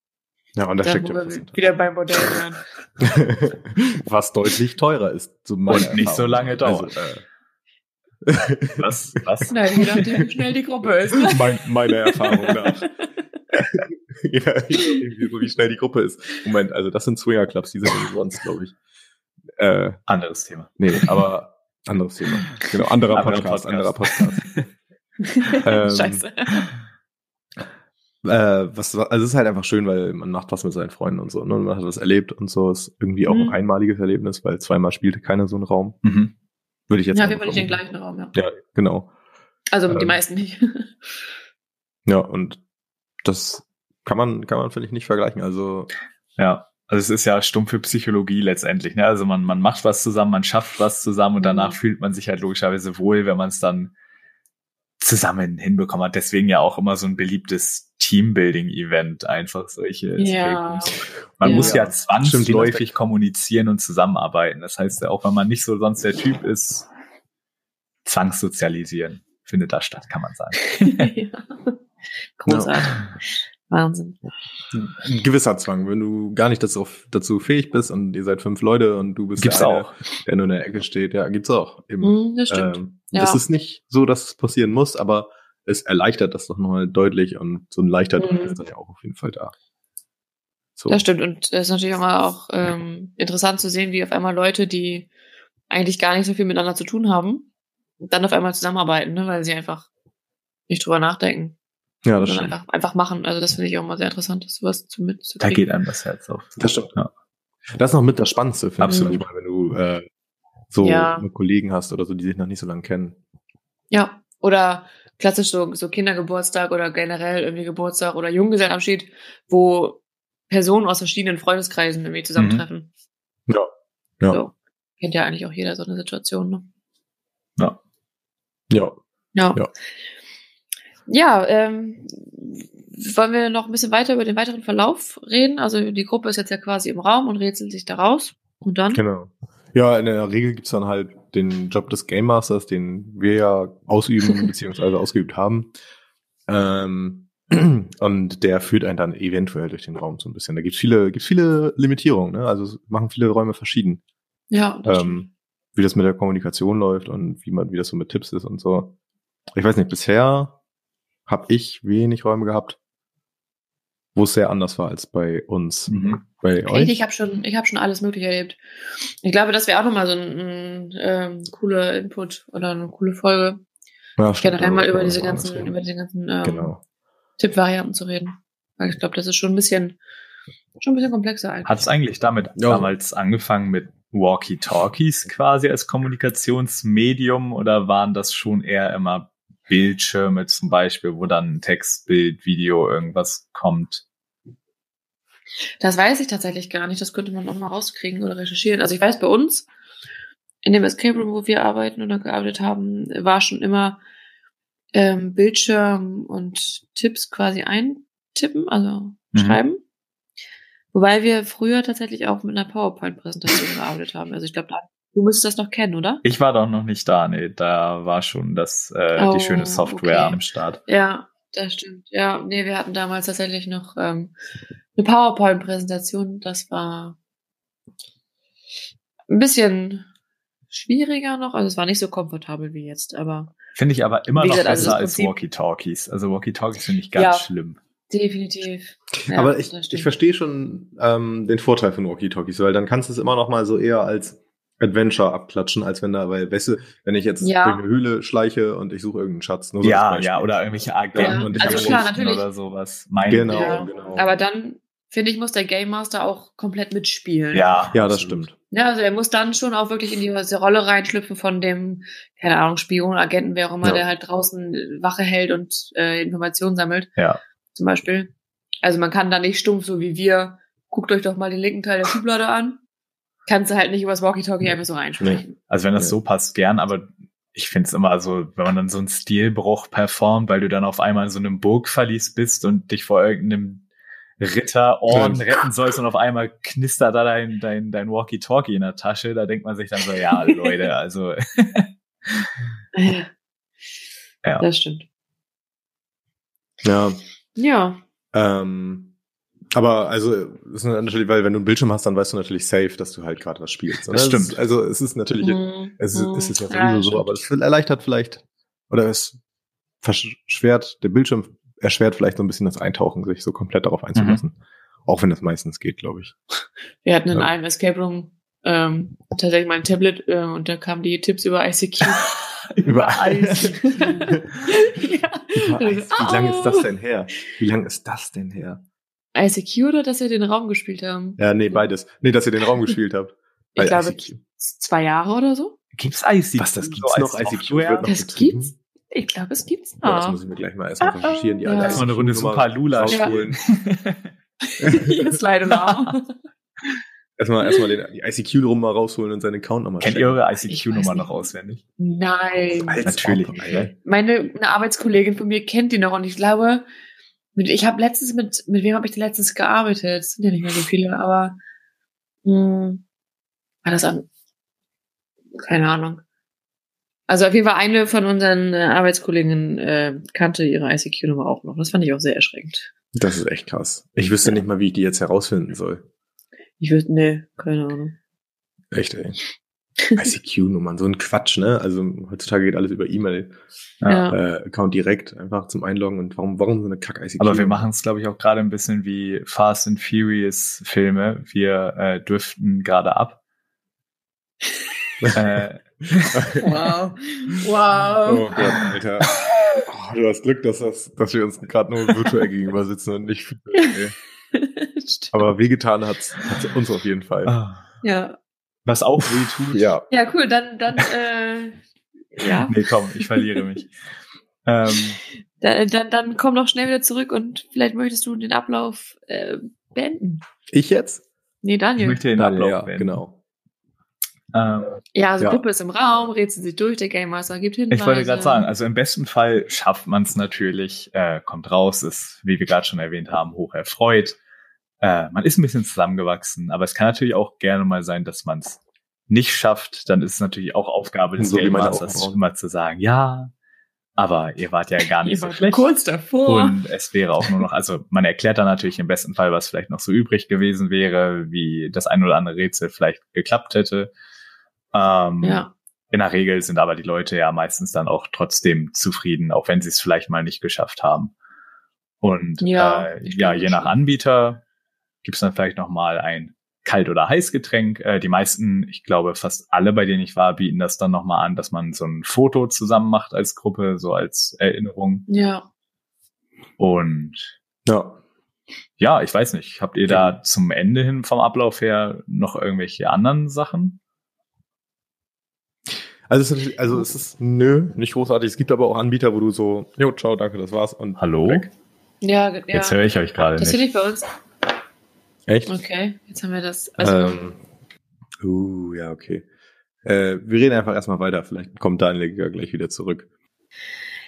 Speaker 1: Ja, und da
Speaker 3: Da,
Speaker 1: steckt
Speaker 3: wo
Speaker 1: ja
Speaker 3: wir
Speaker 1: was hinter.
Speaker 3: wieder beim Modell wären.
Speaker 1: was deutlich teurer ist. Zu meiner
Speaker 2: Und nicht so
Speaker 1: Erfahrung.
Speaker 2: lange dauert.
Speaker 1: Also,
Speaker 2: Was? Was?
Speaker 3: Nein, je nachdem, wie schnell die Gruppe ist. ne?
Speaker 1: äh, mein, meiner Erfahrung nach. ja, irgendwie so wie schnell die Gruppe ist. Moment, also das sind Swingerclubs, die sind nicht sonst, glaube ich. Äh,
Speaker 2: Anderes Thema.
Speaker 1: nee, aber anderes Thema. Genau, anderer
Speaker 2: Anderer
Speaker 1: Podcast,
Speaker 2: Podcast.
Speaker 1: anderer Podcast. Ähm,
Speaker 3: Scheiße.
Speaker 1: Äh, was, also es ist halt einfach schön, weil man macht was mit seinen Freunden und so. Ne? Und man hat was erlebt und so. Ist irgendwie auch
Speaker 3: Mhm.
Speaker 1: ein einmaliges Erlebnis, weil zweimal spielte keiner so einen Raum.
Speaker 2: Mhm.
Speaker 1: Würde ich jetzt
Speaker 3: Ja,
Speaker 1: mal
Speaker 3: wir waren nicht im
Speaker 1: behaupten.
Speaker 3: gleichen Raum, ja.
Speaker 1: Ja, genau.
Speaker 3: Also die
Speaker 1: Ähm.
Speaker 3: meisten nicht.
Speaker 1: Ja, und das kann man, kann man, finde ich, nicht vergleichen. Also,
Speaker 2: Ja. Also es ist ja stumpfe Psychologie letztendlich. Ne? Also man, man macht was zusammen, man schafft was zusammen und danach
Speaker 3: Mhm.
Speaker 2: fühlt man sich halt logischerweise wohl, wenn man es dann zusammen hinbekommen hat. Deswegen ja auch immer so ein beliebtes Teambuilding-Event, einfach solche.
Speaker 3: Ja.
Speaker 2: Man
Speaker 3: Ja.
Speaker 2: muss ja
Speaker 1: Stimmt.
Speaker 2: zwangsläufig kommunizieren und zusammenarbeiten. Das heißt, ja, auch wenn man nicht so sonst der Typ ist, zwangssozialisieren findet da statt, kann man sagen.
Speaker 3: ja. Großartig. Wahnsinn.
Speaker 1: ein gewisser Zwang. Wenn du gar nicht dazu, dazu fähig bist und ihr seid fünf Leute und du bist
Speaker 2: Gibt's
Speaker 1: der
Speaker 2: auch.
Speaker 1: Eine, der nur in der Ecke steht, ja, gibt's auch. Eben.
Speaker 3: Mhm, das stimmt.
Speaker 1: Ähm,
Speaker 3: Ja.
Speaker 1: Es ist nicht so, dass es passieren muss, aber es erleichtert das doch nochmal deutlich und so ein leichter Druck
Speaker 3: Mhm.
Speaker 1: ist dann ja auch auf jeden Fall da. So.
Speaker 3: Das stimmt. Und es ist natürlich auch mal auch ähm, interessant zu sehen, wie auf einmal Leute, die eigentlich gar nicht so viel miteinander zu tun haben, dann auf einmal zusammenarbeiten, ne? weil sie einfach nicht drüber nachdenken.
Speaker 1: Ja, das
Speaker 3: sondern
Speaker 1: stimmt.
Speaker 3: einfach, einfach machen. Also das finde ich auch mal sehr interessant, das sowas zu
Speaker 2: Da
Speaker 3: mitzukriegen.
Speaker 2: geht einem das Herz auf.
Speaker 1: Das stimmt.
Speaker 2: Ja.
Speaker 1: Das ist noch mit das Spannendste, finde ich,
Speaker 2: Absolut.
Speaker 1: manchmal, wenn du äh, so
Speaker 3: Mhm. Ja.
Speaker 1: mit Kollegen hast oder so, die sich noch nicht so lange kennen.
Speaker 3: Ja. Oder klassisch so, so Kindergeburtstag oder generell irgendwie Geburtstag oder Junggesellenabschied, wo Personen aus verschiedenen Freundeskreisen irgendwie zusammentreffen.
Speaker 1: Mhm. Ja. Ja.
Speaker 3: So. Kennt ja eigentlich auch jeder so eine Situation, ne?
Speaker 1: Ja, Ja.
Speaker 3: Ja. Ja, ja ähm, wollen wir noch ein bisschen weiter über den weiteren Verlauf reden? Also die Gruppe ist jetzt ja quasi im Raum und rätselt sich da raus. Und dann?
Speaker 1: genau. Ja, in der Regel gibt's dann halt den Job des Game Masters, den wir ja ausüben bzw. ausgeübt haben. Ähm, und der führt einen dann eventuell durch den Raum so ein bisschen. Da gibt's viele, gibt's viele Limitierungen, ne? Also es machen viele Räume verschieden,
Speaker 3: Ja, das stimmt.
Speaker 1: ähm, wie das mit der Kommunikation läuft und wie man, wie das so mit Tipps ist und so. Ich weiß nicht, bisher habe ich wenig Räume gehabt, wo es sehr anders war als bei uns.
Speaker 2: Mhm.
Speaker 1: Bei
Speaker 3: Echt,
Speaker 1: euch?
Speaker 3: ich habe schon, ich habe schon alles Mögliche erlebt. Ich glaube, das wäre auch nochmal so ein, ein ähm, cooler Input oder eine coole Folge.
Speaker 1: Ja, stimmt,
Speaker 3: Generell mal
Speaker 1: darüber
Speaker 3: über
Speaker 1: kann man
Speaker 3: diese
Speaker 1: auch anders
Speaker 3: ganzen,
Speaker 1: reden.
Speaker 3: über diese ganzen ähm,
Speaker 1: Genau.
Speaker 3: Tippvarianten zu reden. Weil ich glaube, das ist schon ein bisschen, schon ein bisschen komplexer eigentlich.
Speaker 2: Hat es eigentlich damit
Speaker 1: Ja.
Speaker 2: damals angefangen mit Walkie-Talkies quasi als Kommunikationsmedium oder waren das schon eher immer Bildschirme zum Beispiel, wo dann Text, Bild, Video, irgendwas kommt?
Speaker 3: Das weiß ich tatsächlich gar nicht. Das könnte man auch mal rauskriegen oder recherchieren. Also ich weiß bei uns, in dem Escape Room, wo wir arbeiten oder gearbeitet haben, war schon immer ähm, Bildschirm und Tipps quasi eintippen, also
Speaker 2: Mhm.
Speaker 3: schreiben. Wobei wir früher tatsächlich auch mit einer PowerPoint-Präsentation gearbeitet haben. Also ich glaube, da- du müsstest das noch kennen, oder?
Speaker 2: Ich war doch noch nicht da, nee, da war schon das, äh,
Speaker 3: Oh,
Speaker 2: die schöne Software
Speaker 3: okay.
Speaker 2: am Start.
Speaker 3: Ja, das stimmt. Ja, nee, wir hatten damals tatsächlich noch ähm, eine PowerPoint-Präsentation. Das war ein bisschen schwieriger noch. Also es war nicht so komfortabel wie jetzt, aber
Speaker 2: Finde ich aber immer
Speaker 3: Wie
Speaker 2: noch
Speaker 3: gesagt, also
Speaker 2: besser
Speaker 3: das
Speaker 2: als
Speaker 3: Prinzip-
Speaker 2: Walkie-Talkies. Also Walkie-Talkies finde ich ganz
Speaker 3: Ja.
Speaker 2: schlimm.
Speaker 3: definitiv. Ja,
Speaker 1: Aber ich,
Speaker 3: das
Speaker 1: ich
Speaker 3: stimmt.
Speaker 1: verstehe schon ähm, den Vorteil von Walkie-Talkies, weil dann kannst du es immer noch mal so eher als Adventure abklatschen, als wenn da, weil, weißt du, wenn ich jetzt
Speaker 3: Ja.
Speaker 1: durch eine Höhle schleiche und ich suche irgendeinen Schatz. Nur so als
Speaker 2: Ja,
Speaker 1: Beispiel.
Speaker 2: ja, oder irgendwelche Agenten
Speaker 1: Ja,
Speaker 2: und
Speaker 1: also
Speaker 2: Terroristen
Speaker 1: klar,
Speaker 3: natürlich.
Speaker 2: oder sowas. Mein
Speaker 1: Genau,
Speaker 3: Ja.
Speaker 1: genau.
Speaker 3: Aber dann, finde ich, muss der Game Master auch komplett mitspielen.
Speaker 2: ja,
Speaker 1: ja, das
Speaker 2: absolut.
Speaker 1: stimmt.
Speaker 3: Ja, also er muss dann schon auch wirklich in diese Rolle reinschlüpfen von dem, keine Ahnung, Spion, Agenten, wer auch immer,
Speaker 1: Ja.
Speaker 3: der halt draußen Wache hält und äh, Informationen sammelt.
Speaker 2: Ja.
Speaker 3: Zum Beispiel. Also man kann da nicht stumpf, so wie wir, guckt euch doch mal den linken Teil der Schublade an. Kannst du halt nicht übers Walkie-Talkie
Speaker 2: Nee.
Speaker 3: einfach so reinsprechen.
Speaker 2: Also wenn das
Speaker 1: Ja.
Speaker 2: so passt, gern, aber ich finde es immer so, wenn man dann so einen Stilbruch performt, weil du dann auf einmal in so einem Burgverlies bist und dich vor irgendeinem Ritter Orden
Speaker 1: Ja.
Speaker 2: retten sollst und auf einmal knistert da dein, dein, dein Walkie-Talkie in der Tasche, da denkt man sich dann so, ja, Leute, also
Speaker 3: Ja.
Speaker 2: Ja.
Speaker 3: Das stimmt.
Speaker 1: Ja,
Speaker 3: Ja.
Speaker 1: ähm, Aber also das ist natürlich, weil wenn du einen Bildschirm hast, dann weißt du natürlich safe, dass du halt gerade was spielst.
Speaker 2: Das stimmt.
Speaker 1: Ist, also es ist natürlich,
Speaker 3: Mhm.
Speaker 1: es, ist-
Speaker 3: Mhm.
Speaker 1: es ist ja
Speaker 3: Ja,
Speaker 1: sowieso so,
Speaker 3: stimmt.
Speaker 1: aber es erleichtert vielleicht oder es verschwert, der Bildschirm erschwert vielleicht so ein bisschen das Eintauchen, sich so komplett darauf einzulassen.
Speaker 3: Mhm.
Speaker 1: Auch wenn das meistens geht, glaube ich.
Speaker 3: Wir hatten in
Speaker 1: Ja.
Speaker 3: einem Escape Room ähm, tatsächlich mein Tablet äh, und da kamen die Tipps über ICQ.
Speaker 1: Überall.
Speaker 3: ja.
Speaker 1: Wie lange ist
Speaker 3: Oh.
Speaker 1: das denn her? Wie lange ist das denn her?
Speaker 3: ICQ oder dass wir den Raum gespielt haben?
Speaker 1: Ja, nee, beides. Nee, dass ihr den Raum gespielt habt.
Speaker 3: Ich
Speaker 1: Weil
Speaker 3: glaube,
Speaker 1: ICQ
Speaker 3: Zwei Jahre oder so?
Speaker 2: Gibt's ICQ?
Speaker 1: Was, das gibt's
Speaker 2: als
Speaker 1: noch? ICQ
Speaker 2: Software?
Speaker 1: wird noch
Speaker 3: Das
Speaker 1: betrieben?
Speaker 3: gibt's? Ich glaube, es gibt's
Speaker 1: Ja, das
Speaker 3: noch.
Speaker 1: müssen wir gleich mal erstmal recherchieren. Die
Speaker 3: Ja.
Speaker 1: alte
Speaker 3: Lass
Speaker 2: mal eine Runde
Speaker 1: ICQ-Nummer
Speaker 2: Super Lula
Speaker 1: rausholen.
Speaker 3: Jetzt leider noch.
Speaker 1: Erstmal, erstmal den, die ICQ-Nummer rausholen und seinen Account nochmal
Speaker 2: Kennt ihr eure
Speaker 3: Ich
Speaker 2: ICQ-Nummer
Speaker 3: weiß
Speaker 2: noch
Speaker 3: nicht.
Speaker 2: auswendig?
Speaker 3: Nein.
Speaker 1: Als
Speaker 2: Natürlich.
Speaker 1: ob, ey.
Speaker 3: Meine eine Arbeitskollegin von mir kennt die noch und ich glaube, mit, ich habe letztens mit, mit wem habe ich denn letztens gearbeitet? Es sind ja nicht mehr so viele, aber mh, war das an? Keine Ahnung. Also auf jeden Fall eine von unseren äh, Arbeitskolleginnen äh, kannte ihre ICQ-Nummer auch noch. Das fand ich auch sehr erschreckend.
Speaker 1: Das ist echt krass. Ich wüsste nicht mal, wie ich die jetzt herausfinden soll.
Speaker 3: Ich würde, nee, keine Ahnung.
Speaker 1: Echt, ey. ICQ-Nummern, so ein Quatsch, ne? Also heutzutage geht alles über E-Mail-Account
Speaker 3: Ja.
Speaker 1: direkt, einfach zum Einloggen. Und warum, warum so eine Kack-ICQ?
Speaker 2: Aber wir machen es, glaube ich, auch gerade ein bisschen wie Fast and Furious Filme. Wir äh, driften gerade ab. äh,
Speaker 3: Wow. Wow.
Speaker 1: Oh Gott, Alter. Oh, du hast Glück, dass, das, dass wir uns gerade nur virtuell gegenüber sitzen und nicht. Ey.
Speaker 2: Oh.
Speaker 1: Aber wehgetan hat es uns auf jeden Fall.
Speaker 2: ah.
Speaker 3: ja.
Speaker 2: was auch weh tut.
Speaker 1: Ja.
Speaker 3: ja, cool. Dann, dann, äh, ja.
Speaker 2: Nee, komm, ich verliere mich. ähm,
Speaker 3: Da, äh, dann, dann komm doch schnell wieder zurück und vielleicht möchtest du den Ablauf äh, beenden.
Speaker 1: Ich jetzt?
Speaker 3: Nee,
Speaker 2: ich
Speaker 3: Daniel.
Speaker 2: möchte den Ablauf
Speaker 1: ja,
Speaker 2: beenden.
Speaker 1: genau.
Speaker 2: Ähm,
Speaker 3: Ja, also
Speaker 1: Ja.
Speaker 3: Gruppe ist im Raum, rätselt sich durch, der Game Master gibt Hinweise.
Speaker 2: Ich wollte gerade sagen, also im besten Fall schafft man es natürlich, äh, kommt raus, ist, wie wir gerade schon erwähnt haben, hoch erfreut. Äh, man ist ein bisschen zusammengewachsen, aber es kann natürlich auch gerne mal sein, dass man es nicht schafft. Dann ist es natürlich auch Aufgabe des
Speaker 1: So wie
Speaker 2: Game
Speaker 1: meine
Speaker 2: Masters,
Speaker 1: Augenbrauen.
Speaker 2: immer zu sagen, ja, aber ihr wart ja gar nicht
Speaker 3: ich
Speaker 2: so
Speaker 3: war
Speaker 2: schlecht.
Speaker 3: kurz davor.
Speaker 2: Und es wäre auch nur noch, also man erklärt dann natürlich im besten Fall, was vielleicht noch so übrig gewesen wäre, wie das ein oder andere Rätsel vielleicht geklappt hätte. Ähm,
Speaker 3: ja.
Speaker 2: in der Regel sind aber die Leute ja meistens dann auch trotzdem zufrieden, auch wenn sie es vielleicht mal nicht geschafft haben. Und
Speaker 3: Ja,
Speaker 2: ja, äh,
Speaker 3: ich
Speaker 2: ja
Speaker 3: glaube
Speaker 2: je nach
Speaker 3: schon.
Speaker 2: Anbieter gibt's dann vielleicht nochmal ein Kalt- oder Heißgetränk. Äh, die meisten, ich glaube fast alle, bei denen ich war, bieten das dann nochmal an, dass man so ein Foto zusammen macht als Gruppe, so als Erinnerung.
Speaker 3: ja.
Speaker 2: Und
Speaker 1: Ja.
Speaker 2: ja, ich weiß nicht, habt ihr da zum Ende hin vom Ablauf her noch irgendwelche anderen Sachen?
Speaker 1: Also es, ist, natürlich- also es ist, nö, nicht großartig. Es gibt aber auch Anbieter, wo du so, jo, ciao, danke, das war's. Und
Speaker 2: Hallo?
Speaker 1: Weg.
Speaker 3: Ja, ja.
Speaker 2: Jetzt höre ich euch gerade
Speaker 3: das
Speaker 2: nicht.
Speaker 3: finde ich bei uns.
Speaker 1: echt?
Speaker 3: Okay, jetzt haben wir das. Also,
Speaker 1: Ähm, uh, ja, okay. Äh, wir reden einfach erstmal weiter. Vielleicht kommt Daniel ja gleich wieder zurück.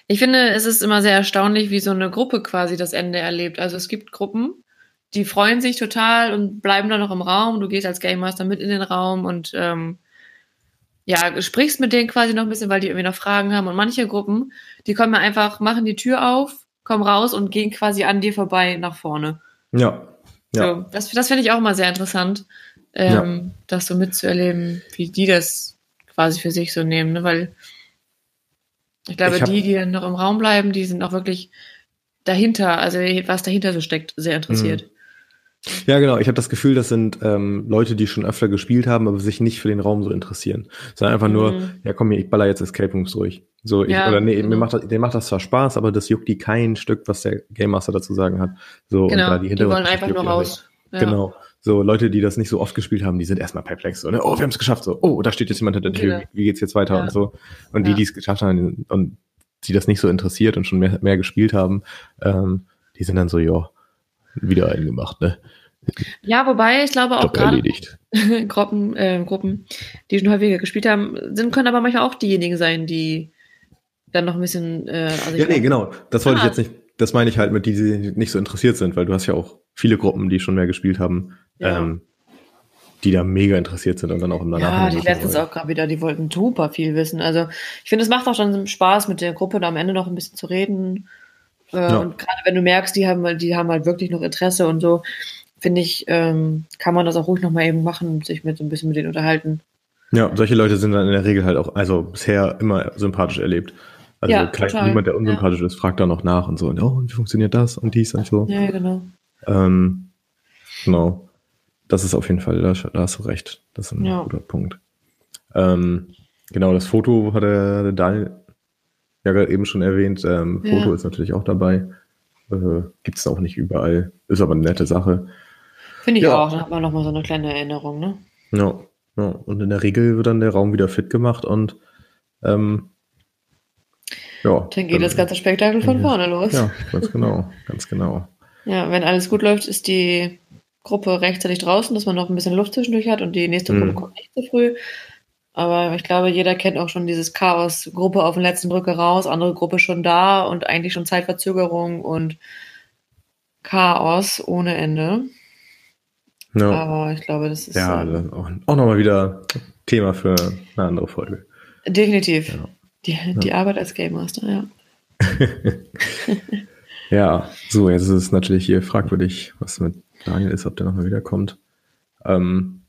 Speaker 3: Ich finde, es ist immer sehr erstaunlich, wie so eine Gruppe quasi das Ende erlebt. Also es gibt Gruppen, die freuen sich total und bleiben dann noch im Raum. Du gehst als Game Master mit in den Raum und ähm, ja, sprichst mit denen quasi noch ein bisschen, weil die irgendwie noch Fragen haben. Und manche Gruppen, die kommen ja einfach, machen die Tür auf, kommen raus und gehen quasi an dir vorbei nach vorne.
Speaker 1: Ja. Ja.
Speaker 3: So, das das finde ich auch immer sehr interessant, ähm, das so mitzuerleben, wie die das quasi für sich so nehmen, ne? weil ich glaube,
Speaker 1: Ich hab-
Speaker 3: die, die dann noch im Raum bleiben, die sind auch wirklich dahinter, also was dahinter so steckt, sehr
Speaker 1: Mhm.
Speaker 3: interessiert.
Speaker 1: Ja, genau. Ich habe das Gefühl, das sind ähm, Leute, die schon öfter gespielt haben, aber sich nicht für den Raum so interessieren. Sondern einfach nur,
Speaker 3: Mhm.
Speaker 1: ja komm, ich baller jetzt Escape Rooms durch. So, ich,
Speaker 3: Ja,
Speaker 1: oder nee, mir
Speaker 3: genau.
Speaker 1: macht das, denen macht das zwar Spaß, aber das juckt die kein Stück, was der Game Master dazu sagen hat. So, und
Speaker 3: genau,
Speaker 1: da
Speaker 3: die,
Speaker 1: die,
Speaker 3: wollen
Speaker 1: Hintergrund-
Speaker 3: einfach nur
Speaker 1: juckt die auch nicht.
Speaker 3: raus. Ja.
Speaker 1: Genau. So, Leute, die das nicht so oft gespielt haben, die sind erstmal perplex. So, ne? Oh, wir haben es geschafft. So, oh, da steht jetzt jemand hinter der Tür.
Speaker 3: Genau.
Speaker 1: Wie geht's jetzt weiter
Speaker 3: Ja.
Speaker 1: und so. Und
Speaker 3: Ja.
Speaker 1: die, die es geschafft haben und die das nicht so interessiert und schon mehr, mehr gespielt haben, ähm, die sind dann so, ja, wieder eingemacht, ne?
Speaker 3: Ja, wobei ich glaube auch
Speaker 1: Job
Speaker 3: gerade
Speaker 1: erledigt.
Speaker 3: Gruppen, äh, Gruppen, die schon häufiger gespielt haben, sind können aber manchmal auch diejenigen sein, die dann noch ein bisschen, äh, also ich
Speaker 1: Ja, nee, genau. Das wollte
Speaker 3: Ah.
Speaker 1: ich jetzt nicht, das meine ich halt mit, die, die nicht so interessiert sind, weil du hast ja auch viele Gruppen, die schon mehr gespielt haben,
Speaker 3: Ja.
Speaker 1: ähm, die da mega interessiert sind und dann auch im
Speaker 3: Ja,
Speaker 1: Nachhinein
Speaker 3: die
Speaker 1: machen
Speaker 3: letztens
Speaker 1: wollen.
Speaker 3: auch gerade wieder, die wollten super viel wissen. Also ich finde, es macht auch schon Spaß, mit der Gruppe da am Ende noch ein bisschen zu reden. Äh,
Speaker 1: Ja.
Speaker 3: Und gerade wenn du merkst, die haben, halt- die haben halt wirklich noch Interesse und so, finde ich, ähm, kann man das auch ruhig nochmal eben machen, sich mit so ein bisschen mit denen unterhalten.
Speaker 1: Ja, solche Leute sind dann in der Regel halt auch, also bisher immer sympathisch erlebt. Also
Speaker 3: Ja,
Speaker 1: kein,
Speaker 3: total,
Speaker 1: niemand, der unsympathisch ist, fragt da noch nach und so. Und, oh, und wie funktioniert das und dies und so.
Speaker 3: Ja, genau.
Speaker 1: Ähm, genau. Das ist auf jeden Fall, da, da hast du recht. Das ist ein
Speaker 3: Ja.
Speaker 1: guter Punkt. Ähm, genau, das Foto hat der, der Daniel ja gerade eben schon erwähnt. Ähm,
Speaker 3: Ja.
Speaker 1: Foto ist natürlich auch dabei. Äh, Gibt es auch nicht überall. Ist aber eine nette Sache.
Speaker 3: Finde ich
Speaker 1: Ja.
Speaker 3: auch. Dann hat man nochmal so eine kleine Erinnerung, ne?
Speaker 1: Ja, ja. Und in der Regel wird dann der Raum wieder fit gemacht und ähm, ja.
Speaker 3: Dann geht das ganze Spektakel
Speaker 1: Ja.
Speaker 3: von vorne los.
Speaker 1: Ja, ganz genau, ganz genau.
Speaker 3: Ja, wenn alles gut läuft, ist die Gruppe rechtzeitig draußen, dass man noch ein bisschen Luft zwischendurch hat und die nächste
Speaker 1: Mhm.
Speaker 3: Gruppe kommt nicht so früh. Aber ich glaube, jeder kennt auch schon dieses Chaos. Gruppe auf den letzten Drücker raus, andere Gruppe schon da und eigentlich schon Zeitverzögerung und Chaos ohne Ende.
Speaker 1: Ja,
Speaker 3: Aber ich glaube, das ist
Speaker 1: ja also,
Speaker 3: äh,
Speaker 1: das ist auch, auch nochmal wieder Thema für eine andere Folge.
Speaker 3: definitiv
Speaker 1: Ja.
Speaker 3: die, die Arbeit als Game Master, ja.
Speaker 1: Ja, so, jetzt ist es natürlich hier fragwürdig, was mit Daniel ist, ob der nochmal wiederkommt. Ähm,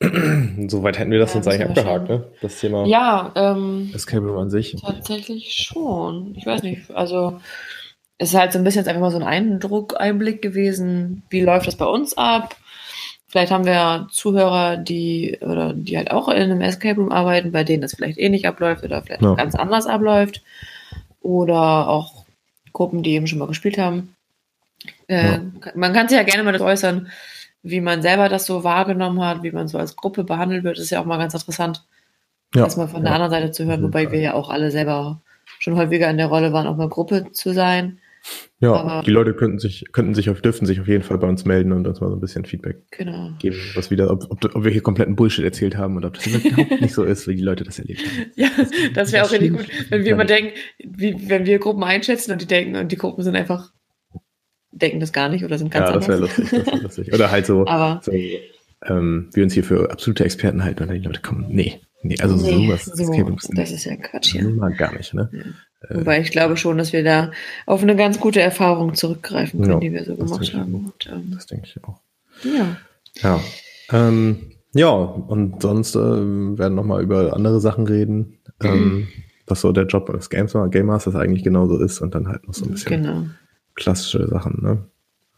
Speaker 1: Soweit hätten wir das
Speaker 3: Ja,
Speaker 1: jetzt eigentlich
Speaker 3: müssen wir
Speaker 1: abgehakt, ne? Das Thema
Speaker 3: Ja, ähm,
Speaker 1: Escape Room an sich.
Speaker 3: Tatsächlich schon. Ich weiß nicht, also es ist halt so ein bisschen jetzt einfach mal so ein Eindruck, Einblick gewesen, wie läuft das bei uns ab? Vielleicht haben wir Zuhörer, die oder die halt auch in einem Escape Room arbeiten, bei denen das vielleicht eh nicht abläuft oder vielleicht
Speaker 1: Ja.
Speaker 3: ganz anders abläuft. Oder auch Gruppen, die eben schon mal gespielt haben. Äh,
Speaker 1: Ja.
Speaker 3: Man kann sich ja gerne mal das äußern, wie man selber das so wahrgenommen hat, wie man so als Gruppe behandelt wird, ist ja auch mal ganz interessant
Speaker 1: Ja,
Speaker 3: erstmal von der
Speaker 1: ja.
Speaker 3: anderen Seite zu
Speaker 1: Auf
Speaker 3: hören,
Speaker 1: jeden
Speaker 3: wobei
Speaker 1: Fall.
Speaker 3: wir ja auch alle selber schon häufiger in der Rolle waren, auch mal Gruppe zu sein.
Speaker 1: ja
Speaker 3: aber-
Speaker 1: die Leute könnten sich, könnten sich, auf- dürften sich auf jeden Fall bei uns melden und uns mal so ein bisschen Feedback
Speaker 3: Genau.
Speaker 1: geben, was wieder, ob, ob, ob wir hier kompletten Bullshit erzählt haben oder ob das überhaupt nicht so ist, wie die Leute das erlebt haben.
Speaker 3: Ja, das wäre auch richtig
Speaker 1: stimmt.
Speaker 3: gut, wenn wir
Speaker 1: Ja.
Speaker 3: immer denken, wie, wenn wir Gruppen einschätzen und die denken und die Gruppen sind einfach denken das gar nicht oder sind ganz
Speaker 1: ja, das wäre
Speaker 3: anders.
Speaker 1: lustig, das wäre lustig. Oder halt so,
Speaker 3: Aber
Speaker 1: so ähm, wir uns hier für absolute Experten halten und dann die Leute kommen, nee, nee, also
Speaker 3: nee,
Speaker 1: sowas Escape
Speaker 3: so,
Speaker 1: Rooms
Speaker 3: das ist ja Quatsch hier.
Speaker 1: Mal gar nicht, ne? Äh,
Speaker 3: Wobei ich glaube schon, dass wir da auf eine ganz gute Erfahrung zurückgreifen können,
Speaker 1: Ja,
Speaker 3: die wir so
Speaker 1: das
Speaker 3: gemacht
Speaker 1: denke ich
Speaker 3: haben. Und, ähm,
Speaker 1: Das denke ich auch.
Speaker 3: ja.
Speaker 1: Ja. Ähm, ja, und sonst äh, werden nochmal über andere Sachen reden,
Speaker 3: Mhm.
Speaker 1: ähm, was so der Job als Games Game Masters eigentlich genauso ist und dann halt noch so ein bisschen
Speaker 3: Genau.
Speaker 1: klassische Sachen, ne?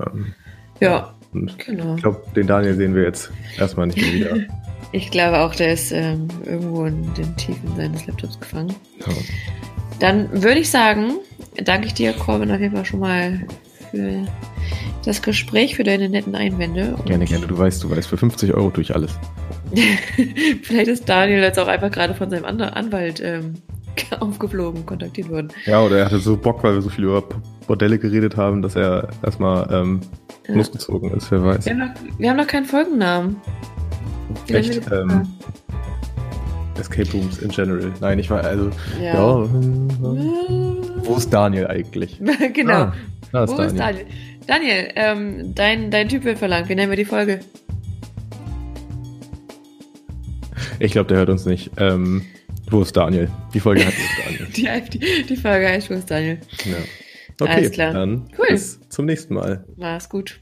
Speaker 1: Ähm,
Speaker 3: Ja,
Speaker 1: und
Speaker 3: genau.
Speaker 1: ich glaube, den Daniel sehen wir jetzt erstmal nicht mehr wieder.
Speaker 3: Ich glaube auch, der ist ähm, irgendwo in den Tiefen seines Laptops gefangen.
Speaker 1: ja.
Speaker 3: Dann würde ich sagen, danke ich dir, Corbin, auf jeden Fall schon mal für das Gespräch, für deine netten Einwände. Und
Speaker 1: Gerne, gerne. Du weißt, du weißt, für 50 Euro tue ich alles.
Speaker 3: Vielleicht ist Daniel jetzt auch einfach gerade von seinem anderen Anwalt ähm, aufgeflogen, kontaktiert worden.
Speaker 1: Ja, oder er hatte so Bock, weil wir so viel über P- Bordelle geredet haben, dass er erstmal ähm,
Speaker 3: Ja.
Speaker 1: losgezogen ist, wer weiß.
Speaker 3: Wir haben, noch, wir haben noch keinen Folgennamen. Wie nennen wir
Speaker 1: Echt,
Speaker 3: das?
Speaker 1: ähm, Escape Rooms in general. Nein, ich war also. Ja.
Speaker 3: ja.
Speaker 1: hm, wo ist Daniel eigentlich?
Speaker 3: Äh, genau.
Speaker 1: Ah, da ist
Speaker 3: Wo
Speaker 1: Daniel.
Speaker 3: ist Daniel? Daniel, ähm, dein, dein Typ wird verlangt. Wie nennen wir die Folge?
Speaker 1: Ich glaube, der hört uns nicht. Ähm, wo ist Daniel? Die Folge hat Daniel.
Speaker 3: Die, die, die Folge heißt Wo ist Daniel?
Speaker 1: ja. Okay,
Speaker 3: Alles klar.
Speaker 1: dann
Speaker 3: Cool.
Speaker 1: bis zum nächsten Mal.
Speaker 3: Mach's gut.